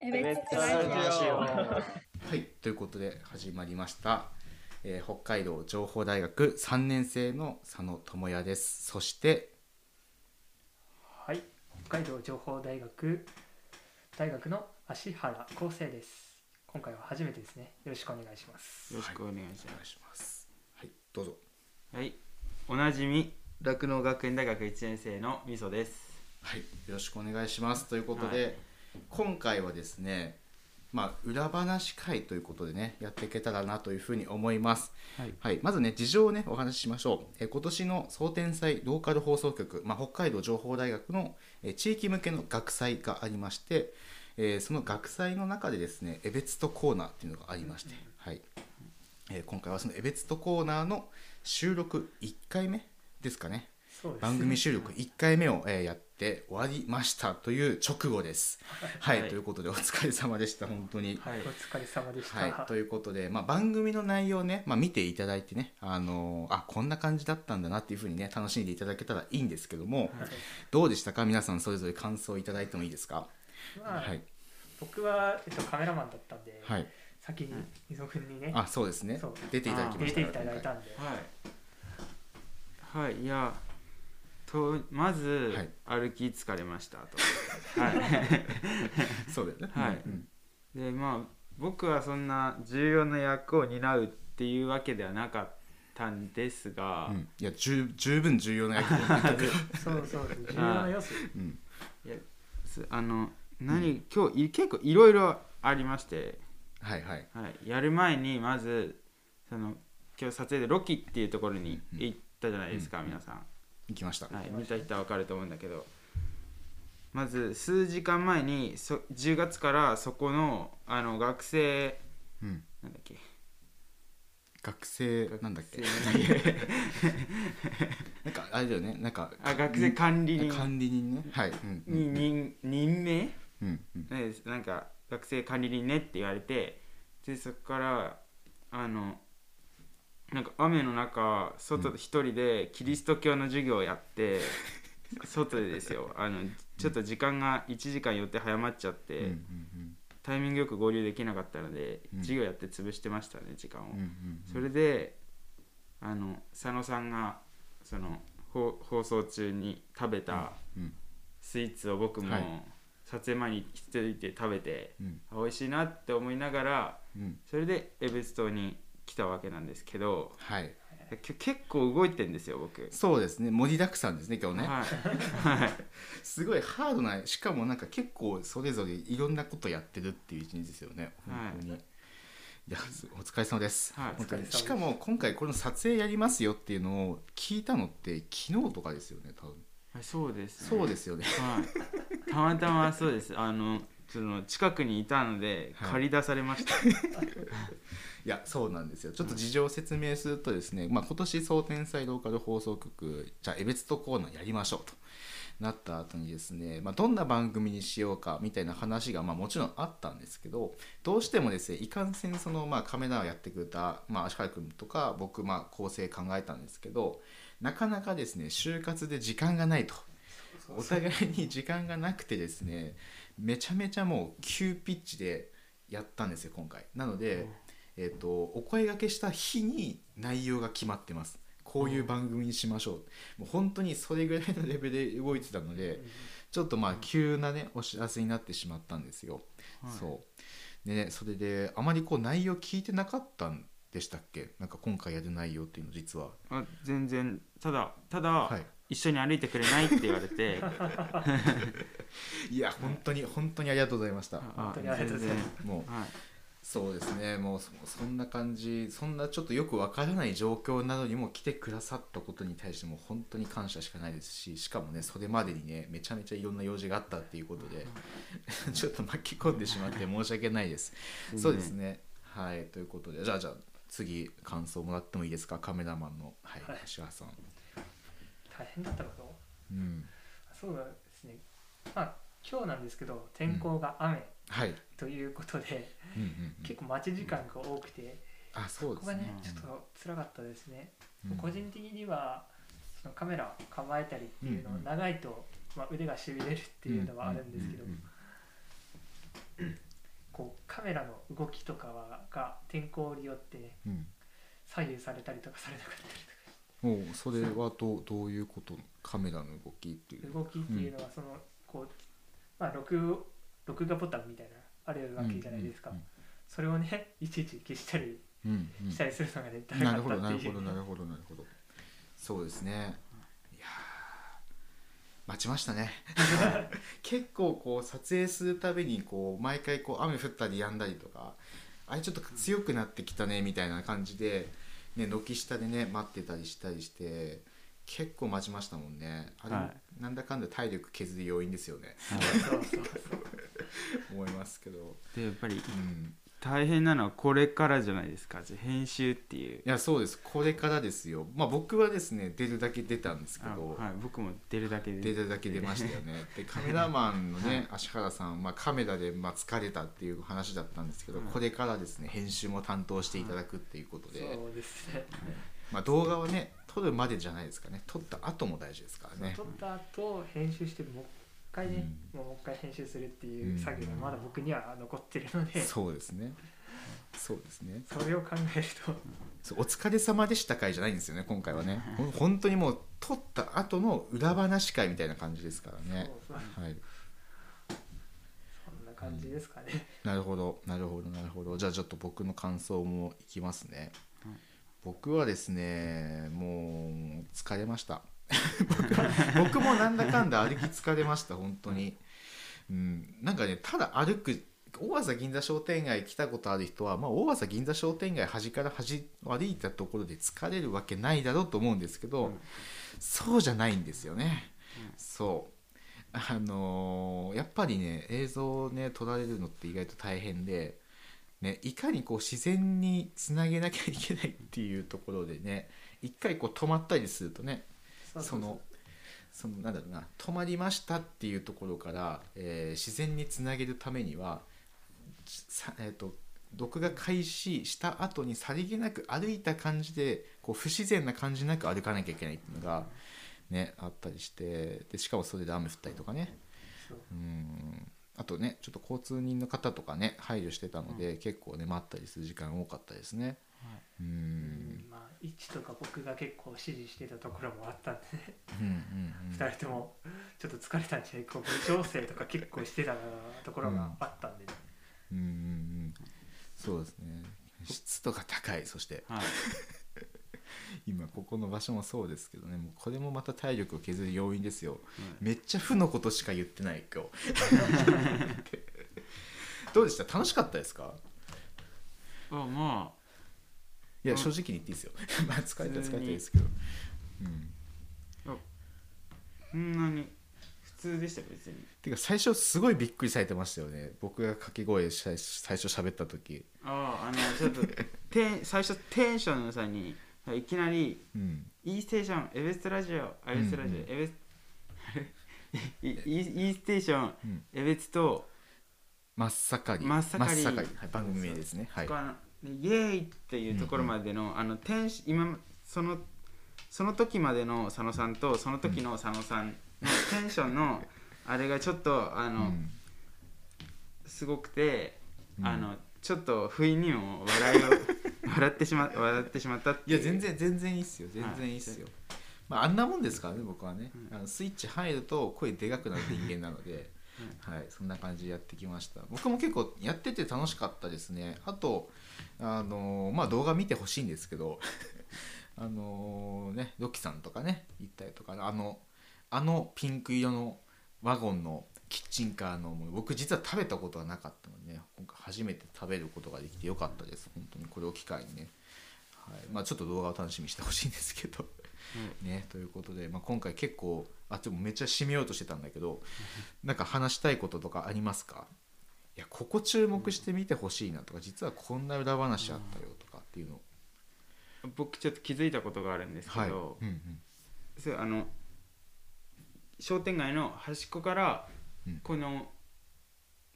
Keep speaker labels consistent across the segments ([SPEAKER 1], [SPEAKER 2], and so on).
[SPEAKER 1] え
[SPEAKER 2] め
[SPEAKER 1] べ
[SPEAKER 2] っ
[SPEAKER 1] っち
[SPEAKER 2] ちゃラ
[SPEAKER 1] ラ
[SPEAKER 2] ジ
[SPEAKER 1] ジ
[SPEAKER 2] オ
[SPEAKER 3] はい、ということで始まりました、えー北海道情報大学3年生の佐野智也ですそして
[SPEAKER 4] はい、北海道情報大学大学の芦原康生です。今回は初めてですね。よろしくお願いします。
[SPEAKER 2] よろしくお願いし
[SPEAKER 3] お願
[SPEAKER 2] ま
[SPEAKER 3] いしますはいどうぞ
[SPEAKER 2] す。はい、おなじみ酪農学園大学一年生のみそです。
[SPEAKER 3] はいよろしくお願いしますということで、
[SPEAKER 2] はい
[SPEAKER 3] 今回はですねまあ裏話会ということでねやっていけたらなというふうに思います
[SPEAKER 2] はい、
[SPEAKER 3] はい、まずね事情をねお話ししましょう、えー今年の総天祭ローカル放送局、まあ、北海道情報大学の、えー地域向けの学祭がありまして、えーその学祭の中でですねエベツトコーナーっていうのがありまして、はいえー今回はそのエベツトコーナーの収録1回目ですかね
[SPEAKER 4] そうです。
[SPEAKER 3] 番組収録1回目を、えーやって終わりましたという直後です。はい、
[SPEAKER 2] はい
[SPEAKER 3] ということでお疲れ様でした本当に。
[SPEAKER 2] は
[SPEAKER 4] お
[SPEAKER 2] い、
[SPEAKER 4] 疲れ様でした。
[SPEAKER 3] はい、ということで、まあ、番組の内容ね、まあ、見ていただいてね、あのーあこんな感じだったんだなっていうふうにね楽しんでいただけたらいいんですけども、どうでしたか皆さんそれぞれ感想をいただいてもいいですか、
[SPEAKER 4] まあ
[SPEAKER 3] はい、
[SPEAKER 4] 僕は、えっと、カメラマンだったんで、
[SPEAKER 3] はい、
[SPEAKER 4] 先に溝君にね、
[SPEAKER 3] あそうですね
[SPEAKER 4] そう
[SPEAKER 3] 出ていただきま
[SPEAKER 4] 出
[SPEAKER 3] した
[SPEAKER 4] てい
[SPEAKER 3] から
[SPEAKER 4] ただいたんで、
[SPEAKER 2] はい、はい、いや。と、まず、歩き疲れましたと。 はい。
[SPEAKER 3] 今回そうだよね、
[SPEAKER 2] はい
[SPEAKER 3] うん
[SPEAKER 2] でまあ僕はそんな重要な役を担うっていうわけではなかったんですが、
[SPEAKER 3] うんいや十十分重要な役割、
[SPEAKER 4] そうそうそう、重要な要素。
[SPEAKER 3] うん、
[SPEAKER 2] すあの何、今日い結構いろいろありまして、
[SPEAKER 3] はいはい
[SPEAKER 2] はい、やる前にまずその今日撮影でロキっていうところに
[SPEAKER 3] うんうん
[SPEAKER 2] 行ったじゃないですか、皆さん、
[SPEAKER 3] 行きました、
[SPEAKER 2] はい、見た人は分かると思うんだけどまず数時間前にそ10月からそこのあの学生
[SPEAKER 3] うん、
[SPEAKER 2] なんだっけ
[SPEAKER 3] 学生なんだっけなんかあれだよねなんか
[SPEAKER 2] あ学生管理人
[SPEAKER 3] 管理人ねはい、うんうん
[SPEAKER 2] に任任命
[SPEAKER 3] うんうん、
[SPEAKER 2] ねなんか学生管理人ねって言われてでそこからあのなんか雨の中外で一人でキリスト教の授業を やって、外でですよあのちょっと時間が1時間予定早まっちゃって、
[SPEAKER 3] うんうん
[SPEAKER 2] タイミングよく合流できなかったので、
[SPEAKER 3] うん
[SPEAKER 2] 授業やって潰してましたね時間を、
[SPEAKER 3] うんうんうん
[SPEAKER 2] それであの佐野さんがそのほ放送中に食べた
[SPEAKER 3] うん
[SPEAKER 2] スイーツを僕も
[SPEAKER 3] はい
[SPEAKER 2] 撮影前に一人で食べて、
[SPEAKER 3] うん
[SPEAKER 2] あ美味しいなって思いながら
[SPEAKER 3] うん
[SPEAKER 2] それで江別島に来たわけなんですけど
[SPEAKER 3] はい
[SPEAKER 2] き結構動いてんですよ僕、
[SPEAKER 3] そうですね盛りだくさんですね今日ね、
[SPEAKER 2] はい
[SPEAKER 3] すごいハードなしかもなんか結構それぞれいろんなことやってるっていう一日ですよね
[SPEAKER 2] はい
[SPEAKER 3] 本当に、い、やすお疲れ様です、
[SPEAKER 2] はい
[SPEAKER 3] 本当に
[SPEAKER 4] お疲れ様です
[SPEAKER 3] しかも今回これの撮影やりますよっていうのを聞いたのって昨日とかですよね多分
[SPEAKER 2] はい、そうです、、
[SPEAKER 3] そうですすよね
[SPEAKER 2] はい、たまたまそうですあのその近くにいたので
[SPEAKER 3] はい
[SPEAKER 2] 借り出されました、
[SPEAKER 3] いやそうなんですよちょっと事情を説明するとですね、まあ、今年総天才ローカル放送局じゃあエベツトコーナーやりましょうとなった後にですね、まあ、どんな番組にしようかみたいな話が、まあ、もちろんあったんですけどどうしてもですねいかんせんその、まあ、カメラをやってくれた、まあ、足原君とか僕、まあ、構成考えたんですけどなかなかですね就活で時間がないと。お互いに時間がなくてですねめちゃめちゃもう急ピッチでやったんですよ今回なので、えっとお声掛けした日に内容が決まってますこういう番組にしましょう、もう本当にそれぐらいのレベルで動いてたので、ちょっとまあ急なねお知らせになってしまったんですよ、
[SPEAKER 2] はい
[SPEAKER 3] そうでねそれであまりこう内容聞いてなかったんでしたっけなんか今回やる内容っていうの実は
[SPEAKER 2] あ全然ただただ、
[SPEAKER 3] はい
[SPEAKER 2] 一緒に歩いてくれないって言われて
[SPEAKER 3] いや本当に本当にありがとうございました
[SPEAKER 2] あ
[SPEAKER 4] 当にありがとうございます
[SPEAKER 2] 全
[SPEAKER 3] もう
[SPEAKER 2] 然はい
[SPEAKER 3] そうですねもうそそんな感じそんなちょっとよくわからない状況などにも来てくださったことに対してもう本当に感謝しかないですししかもねそれまでにねめちゃめちゃいろんな用事があったっていうことで ちょっと巻き込んでしまって申し訳ないです
[SPEAKER 2] 全然
[SPEAKER 3] そうですねはいということでじゃあじゃあ次感想もらってもいいですかカメラマンのはい
[SPEAKER 4] はい
[SPEAKER 3] 橋原さん、
[SPEAKER 4] 大変だったこと
[SPEAKER 3] うん、
[SPEAKER 4] そうですね。まあ、今日なんですけど、天候が雨
[SPEAKER 3] はい、
[SPEAKER 4] ということで、
[SPEAKER 3] うんうんうん
[SPEAKER 4] 結構待ち時間が多くて、
[SPEAKER 3] あそう
[SPEAKER 4] ここ
[SPEAKER 3] です
[SPEAKER 4] が
[SPEAKER 3] ね
[SPEAKER 4] ね、ちょっと辛かったですね。
[SPEAKER 3] うん
[SPEAKER 4] 個人的にはそのカメラを構えたりっていうの
[SPEAKER 3] う
[SPEAKER 4] は
[SPEAKER 3] んうん
[SPEAKER 4] 長いと、まあ、腕がしびれるっていうのはあるんですけど、
[SPEAKER 3] うんうんうんうん
[SPEAKER 4] メラの動きとかはが天候によって、ね、
[SPEAKER 3] うん
[SPEAKER 4] 左右されたりとかされなかったりとか
[SPEAKER 3] もうそれはどうどういうことカメラの動きっていう
[SPEAKER 4] 動きっていうのはその、こうまあ録録画ボタンみたいなあるわけじゃないですか、それをねいちいち消したり
[SPEAKER 3] うんうんうん
[SPEAKER 4] したりするのがね、
[SPEAKER 3] な
[SPEAKER 4] だ
[SPEAKER 3] る
[SPEAKER 4] る
[SPEAKER 3] ほ
[SPEAKER 4] か
[SPEAKER 3] ど
[SPEAKER 4] った
[SPEAKER 3] な
[SPEAKER 4] っ
[SPEAKER 3] る
[SPEAKER 4] てい
[SPEAKER 3] ほ
[SPEAKER 4] う
[SPEAKER 3] どなるほどなるほどそうですねいやー待ちました ね結構こう撮影するたびにこう毎回こう雨降ったりやんだりとかあれちょっと強くなってきたねみたいな感じで、ね、軒下でね待ってたりしたりして結構待ちましたもんねあれ、
[SPEAKER 2] は
[SPEAKER 3] なんだかんだ体力削る要因ですよね
[SPEAKER 4] そうそうそう
[SPEAKER 3] 思いますけど、
[SPEAKER 2] でやっぱり
[SPEAKER 3] うん、
[SPEAKER 2] 大変なのはこれからじゃないですか編集っていう
[SPEAKER 3] いやそうですこれからですよまあ僕はですね出るだけ出たんですけ
[SPEAKER 2] あ
[SPEAKER 3] ど、
[SPEAKER 2] はい、僕も出るだけで
[SPEAKER 3] 出ただけ出ましたよねでカメラマンのね芦原さん、まあ、カメラでまあ疲れたっていう話だったんですけど、
[SPEAKER 2] はい
[SPEAKER 3] これからですね編集も担当していただくっていうことで、
[SPEAKER 4] そうですね
[SPEAKER 3] まあ、動画はね撮るまでじゃないですかね撮った後も大事ですからね
[SPEAKER 4] 撮った後編集してもう一回ね、もう一回編集するっていう作業がまだ僕には残ってるので、
[SPEAKER 3] そうですねそうですね
[SPEAKER 4] それを考えると
[SPEAKER 3] そうお疲れ様でした会じゃないんですよね今回はねほん本当にもう撮った後の裏話会みたいな感じですからね
[SPEAKER 4] そうそう
[SPEAKER 3] はい
[SPEAKER 4] そんな感じですかね、
[SPEAKER 3] なるほどなるほどなるほどじゃあちょっと僕の感想もいきますね、
[SPEAKER 2] はい
[SPEAKER 3] 僕はですねもう疲れました 僕僕もなんだかんだ歩き疲れました本当に、うん、なんかねただ歩く大技銀座商店街来たことある人は、まあ、大技銀座商店街端から端歩いたところで疲れるわけないだろうと思うんですけど、
[SPEAKER 2] うん
[SPEAKER 3] そうじゃないんですよね、
[SPEAKER 2] うん
[SPEAKER 3] そうあのーやっぱりね映像をね撮られるのって意外と大変で、ね、いかにこう自然につなげなきゃいけないっていうところでね一回こう止まったりするとね
[SPEAKER 4] う
[SPEAKER 3] そうのそのなんだろうな止まりましたっていうところから、えー自然につなげるためにはさ、えー、と録画開始した後にさりげなく歩いた感じでこう不自然な感じなく歩かなきゃいけないっていうのが、ね、あったりしてでしかもそれで雨降ったりとかね。
[SPEAKER 4] そう
[SPEAKER 3] うんあとねちょっと交通人の方とかね配慮してたので、結構ね待ったりする時間多かったですね。
[SPEAKER 2] はい
[SPEAKER 3] うん
[SPEAKER 4] まあ1とか僕が結構支持してたところもあったんで、ね
[SPEAKER 3] うんうんうん
[SPEAKER 4] 2人ともちょっと疲れたんじゃないこう微調整とか結構してたところがあったんで、ね
[SPEAKER 3] うんうんうんそうですね湿度が高いそして
[SPEAKER 2] はい、
[SPEAKER 3] 今ここの場所もそうですけどねもうこれもまた体力を削る要因ですよ
[SPEAKER 2] うん
[SPEAKER 3] めっちゃ負のことしか言ってない今日 どうでした楽しかったですか
[SPEAKER 2] あま
[SPEAKER 3] いや、
[SPEAKER 2] うん
[SPEAKER 3] 正直に言っていいですよ まあ疲れた
[SPEAKER 2] 普
[SPEAKER 3] 疲
[SPEAKER 2] 通
[SPEAKER 3] れ
[SPEAKER 2] に
[SPEAKER 3] たですけどうん
[SPEAKER 2] あそんなに普通でしたよ別に
[SPEAKER 3] てか最初すごいびっくりされてましたよね僕が掛け声し最初喋った時
[SPEAKER 2] あああのちょっと テン最初テンションの差にいきなり
[SPEAKER 3] うん
[SPEAKER 2] 「E ステーションエベストラジオあエベストラジオ、
[SPEAKER 3] うんうん
[SPEAKER 2] エベス イイイステーション
[SPEAKER 3] うん
[SPEAKER 2] エベツと
[SPEAKER 3] 真っ盛り
[SPEAKER 2] 真っ盛り
[SPEAKER 3] はい、番組名ですねはい
[SPEAKER 2] 他の、イエーイっていうところまでの、あのテンシ今そのその時までの佐野さんとその時の佐野さんのテンショ ンのあれがちょっとあ
[SPEAKER 3] う
[SPEAKER 2] の、
[SPEAKER 3] ん
[SPEAKER 2] すごくて、
[SPEAKER 3] うん
[SPEAKER 2] あのちょっと不意に も笑いを笑ってしま笑ってしまったって
[SPEAKER 3] い
[SPEAKER 2] い
[SPEAKER 3] や
[SPEAKER 2] う
[SPEAKER 3] 全然全然いいっすよ全然いいっすよ、まあ、あんなもんですからね僕はね、
[SPEAKER 2] うん
[SPEAKER 3] あのスイッチ入ると声でかくなる人間なので、
[SPEAKER 2] う
[SPEAKER 3] はい、そんな感じでやってきました僕も結構やってて楽しかったですねあとあのーまあ動画見てほしいんですけど あのねロキさんとかね行ったりとかあのあのピンク色のワゴンのキッチンカーのもの僕実は食べたことはなかったのでね今回初めて食べることができてよかったです本当にこれを機会にねはいまあ、ちょっと動画を楽しみにしてほしいんですけど、ね、ということで、まあ、今回結構あでもめっちゃ締めようとしてたんだけどなんか話したいこととかありますかいやここ注目してみてほしいなとか実はこんな裏話あったよとかっていうの
[SPEAKER 2] 僕ちょっと気づいたことがあるんですけど、
[SPEAKER 3] はい、うんうん
[SPEAKER 2] そうあの商店街の端っこから
[SPEAKER 3] うん
[SPEAKER 2] この、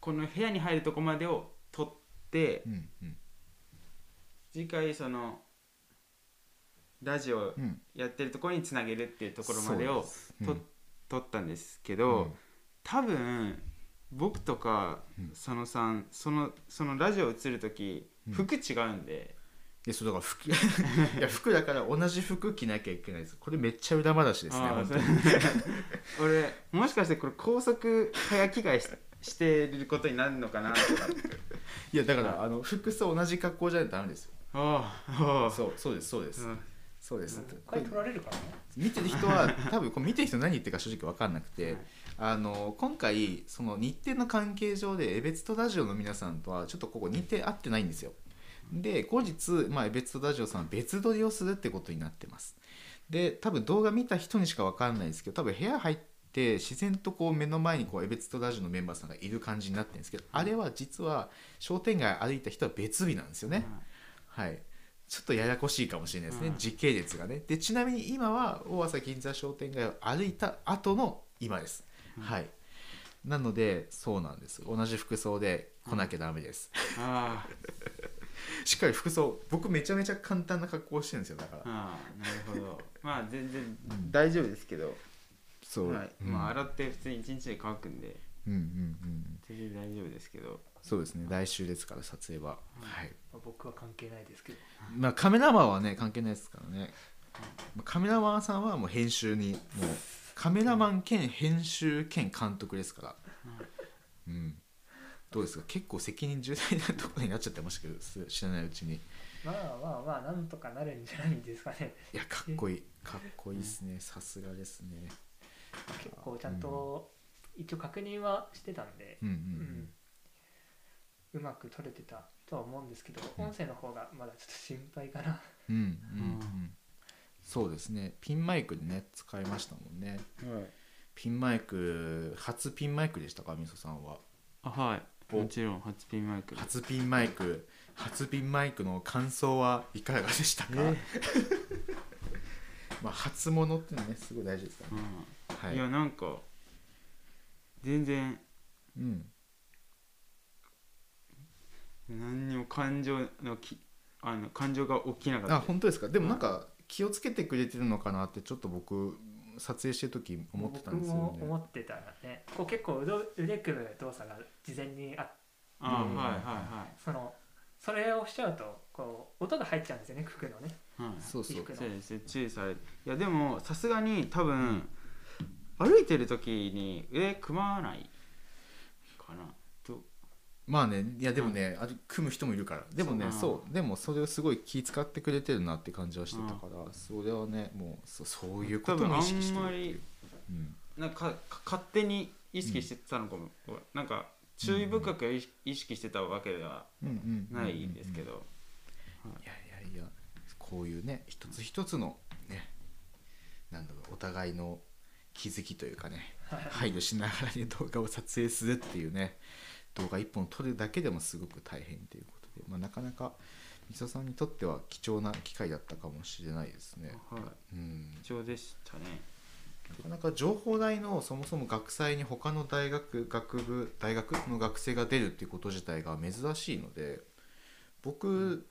[SPEAKER 2] この部屋に入るとこまでを取って、
[SPEAKER 3] うんうん
[SPEAKER 2] 次回そのラジオ
[SPEAKER 3] うん
[SPEAKER 2] やってるところにつなげるっていうところまで
[SPEAKER 3] そう
[SPEAKER 2] を
[SPEAKER 3] ですうん
[SPEAKER 2] 取っ取ったんですけど、
[SPEAKER 3] うん
[SPEAKER 2] 多分僕とか
[SPEAKER 3] うん
[SPEAKER 2] 佐野さんそのそのラジオ映る時
[SPEAKER 3] うん
[SPEAKER 2] 服違うんで、
[SPEAKER 3] やそうだから服 いや服だから同じ服着なきゃいけないですこれめっちゃ裏話ですね
[SPEAKER 2] あー
[SPEAKER 3] 本当に
[SPEAKER 2] それ 俺もしかしてこれ高速早着替えししてることになるのかなとか
[SPEAKER 3] いやだからあの服装同じ格好じゃないとダメですよ
[SPEAKER 2] ああああ
[SPEAKER 3] そうそうですそうです、
[SPEAKER 2] うん
[SPEAKER 3] そうです、こ
[SPEAKER 4] 回
[SPEAKER 3] れ
[SPEAKER 4] 取られるからね
[SPEAKER 3] 見てる人は多分これ見てる人何言ってるか正直分かんなくて、
[SPEAKER 2] はい
[SPEAKER 3] あの今回その日程の関係上で江別とラジオの皆さんとはちょっとここ日程合ってないんですよで後日、まあ、江別とラジオさんは別撮りをするってことになってますで多分動画見た人にしか分かんないですけど多分部屋入って自然とこう目の前にこう江別とラジオのメンバーさんがいる感じになってるんですけどあれは実は商店街歩いた人は別日なんですよね、はい、ちょっとややこしいかもしれないですね、
[SPEAKER 2] うん
[SPEAKER 3] 時系列がねでちなみに今は大朝銀座商店街を歩いた後の今です、
[SPEAKER 2] うん
[SPEAKER 3] はいなのでそうなんです同じ服装で来なきゃダメです、
[SPEAKER 2] あ
[SPEAKER 3] しっかり服装僕めちゃめちゃ簡単な格好をしてるんですよだから、
[SPEAKER 2] あああなるほどまあ全然大丈夫ですけど、
[SPEAKER 3] そう、
[SPEAKER 2] はい
[SPEAKER 3] うん
[SPEAKER 2] まあ、洗って普通に1日で乾くんで
[SPEAKER 3] うんうんうん
[SPEAKER 2] 全然大丈夫ですけど
[SPEAKER 3] そうですね来週ですから撮影は、はい
[SPEAKER 4] まあ僕は関係ないですけど
[SPEAKER 3] まあカメラマンはね関係ないですからねまあカメラマンさんはもう編集にもうカメラマン兼編集兼監督ですからうんどうですか結構責任重大なところになっちゃってましたけどす知らないうちにい
[SPEAKER 4] まあまあまあなんとかなるんじゃないんですかね
[SPEAKER 3] やかっこいいかっこいいですねさすがですね
[SPEAKER 4] 結構ちゃんと一応確認はしてたんで
[SPEAKER 3] うんうん
[SPEAKER 4] うまく撮れてたとは思うんですけど
[SPEAKER 3] うん
[SPEAKER 4] 音声の方がまだちょっと心配かな
[SPEAKER 3] うんうんうんうんそうですねピンマイクでね使いましたもんね
[SPEAKER 2] はい
[SPEAKER 3] ピンマイク初ピンマイクでしたかみそさんは
[SPEAKER 2] あはい
[SPEAKER 3] お
[SPEAKER 2] もちろん初ピンマイク
[SPEAKER 3] 初ピンマイク初ピンマイクの感想はいかがでしたか、 まあ初物っていうのはねすごい大事ですから
[SPEAKER 2] う
[SPEAKER 3] ね、
[SPEAKER 2] ん
[SPEAKER 3] はい
[SPEAKER 2] いやなんか全然
[SPEAKER 3] うん
[SPEAKER 2] 何にも感情のきあの感情が起きなかった
[SPEAKER 3] あ本当ですかでもなんか気をつけてくれてるのかなってちょっと僕撮影してる時思ってたんですよ
[SPEAKER 4] 僕も
[SPEAKER 3] ね
[SPEAKER 4] 思ってたらねこう結構腕を腕組む動作が事前にあ
[SPEAKER 2] あ、
[SPEAKER 3] うん
[SPEAKER 2] はいは
[SPEAKER 4] そのそれをしちゃうとこう音が入っちゃうんですよね服のね
[SPEAKER 2] いはいはい
[SPEAKER 3] そうそ
[SPEAKER 4] 衣
[SPEAKER 3] う
[SPEAKER 4] 服
[SPEAKER 2] そう
[SPEAKER 4] の
[SPEAKER 2] ですね注意されいやでもさすがに多分歩いてる時に上組まないかなと
[SPEAKER 3] まあねいやでもね、あれ組む人もいるからでもね
[SPEAKER 2] そう
[SPEAKER 3] そうでもそれをすごい気使ってくれてるなって感じはしてたから、それはねもうそそういうこ
[SPEAKER 2] 多
[SPEAKER 3] と
[SPEAKER 2] 分
[SPEAKER 3] も
[SPEAKER 2] あ
[SPEAKER 3] 意識して
[SPEAKER 2] ん
[SPEAKER 3] る
[SPEAKER 2] ま
[SPEAKER 3] ってい
[SPEAKER 2] り
[SPEAKER 3] う、うん、
[SPEAKER 2] なんかかか勝手に意識してたのかも、なんか注意深く意識意識してたわけでは
[SPEAKER 3] うんうんうん
[SPEAKER 2] ないんですけ
[SPEAKER 3] ど、
[SPEAKER 2] ど、
[SPEAKER 3] いやいやいやこういうね一つ一つのねなんだろうお互いの気づきというかね配慮しながらに動画を撮影するっていうね動画1本撮るだけでもすごく大変ということで、まあ、なかなかみそさんにとっては貴重な機会だったかもしれないですね。
[SPEAKER 2] はい
[SPEAKER 3] うん、
[SPEAKER 2] 貴重でしたね
[SPEAKER 3] なかなか情報大のそもそも学祭に他の大学学部大学の学生が出るっていうこと自体が珍しいので僕、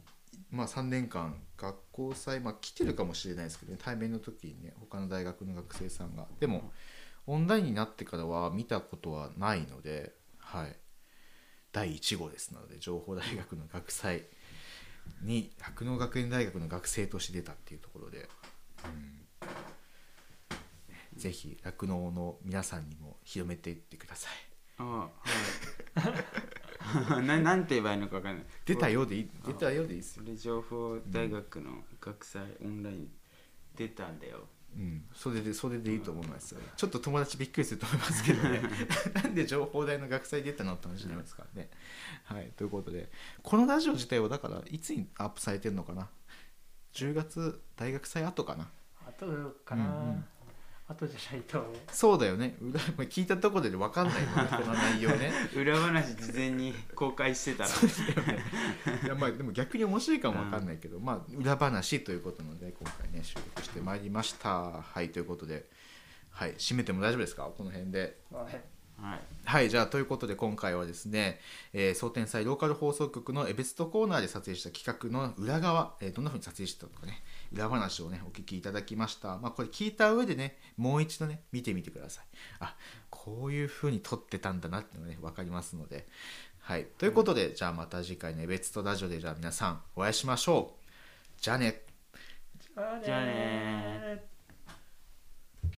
[SPEAKER 3] まあ、3年間学校祭、まあ、来てるかもしれないですけど、ね、対面の時にね他の大学の学生さんがでもオンラインになってからは見たことはないのではい第1号ですので情報大学の学祭に酪農学園大学の学生として出たっていうところで。うんぜひ酪農の皆さんにも広めていってください。
[SPEAKER 2] ああはい ななんて言えばいいのかわかんない
[SPEAKER 3] 出たようでいい、
[SPEAKER 2] あ
[SPEAKER 3] 出たようでいいです
[SPEAKER 2] そ
[SPEAKER 3] よ。
[SPEAKER 2] れ情報大学の学祭オンライン出たんだよ
[SPEAKER 3] うん、それで、それでいいと思いますよ。ちょっと友達びっくりすると思いますけどね。 なんで情報大の学祭出たのって話になりますからね。はい、ということで、このラジオ自体はだから、いつにアップされてるのかな。10月大学祭後かな。
[SPEAKER 4] あとかな、
[SPEAKER 3] うんうん
[SPEAKER 4] あとじゃないと
[SPEAKER 3] そうだよね。うら 聞いたところで分かんないもんね、この内容ね。
[SPEAKER 2] 裏話事前に公開してたら
[SPEAKER 3] いやまあでも逆に面白いかもわかんないけど、まあ裏話ということので今回ね収録してまいりましたはいということではい締めても大丈夫ですかこの辺で
[SPEAKER 4] まあね
[SPEAKER 2] はい
[SPEAKER 3] はい、じゃあということで今回はですね、えー、総天祭ローカル放送局のエベストコーナーで撮影した企画の裏側、えーどんな風に撮影してたのかね裏話をねお聞きいただきました、まあ、これ聞いた上でねもう一度ね見てみてくださいあこういう風に撮ってたんだなっていうのがね分かりますのではいということで、じゃあまた次回のエベストラジオでじゃあ皆さんお会いしましょうじゃあね
[SPEAKER 4] じゃあねー
[SPEAKER 2] じゃあねー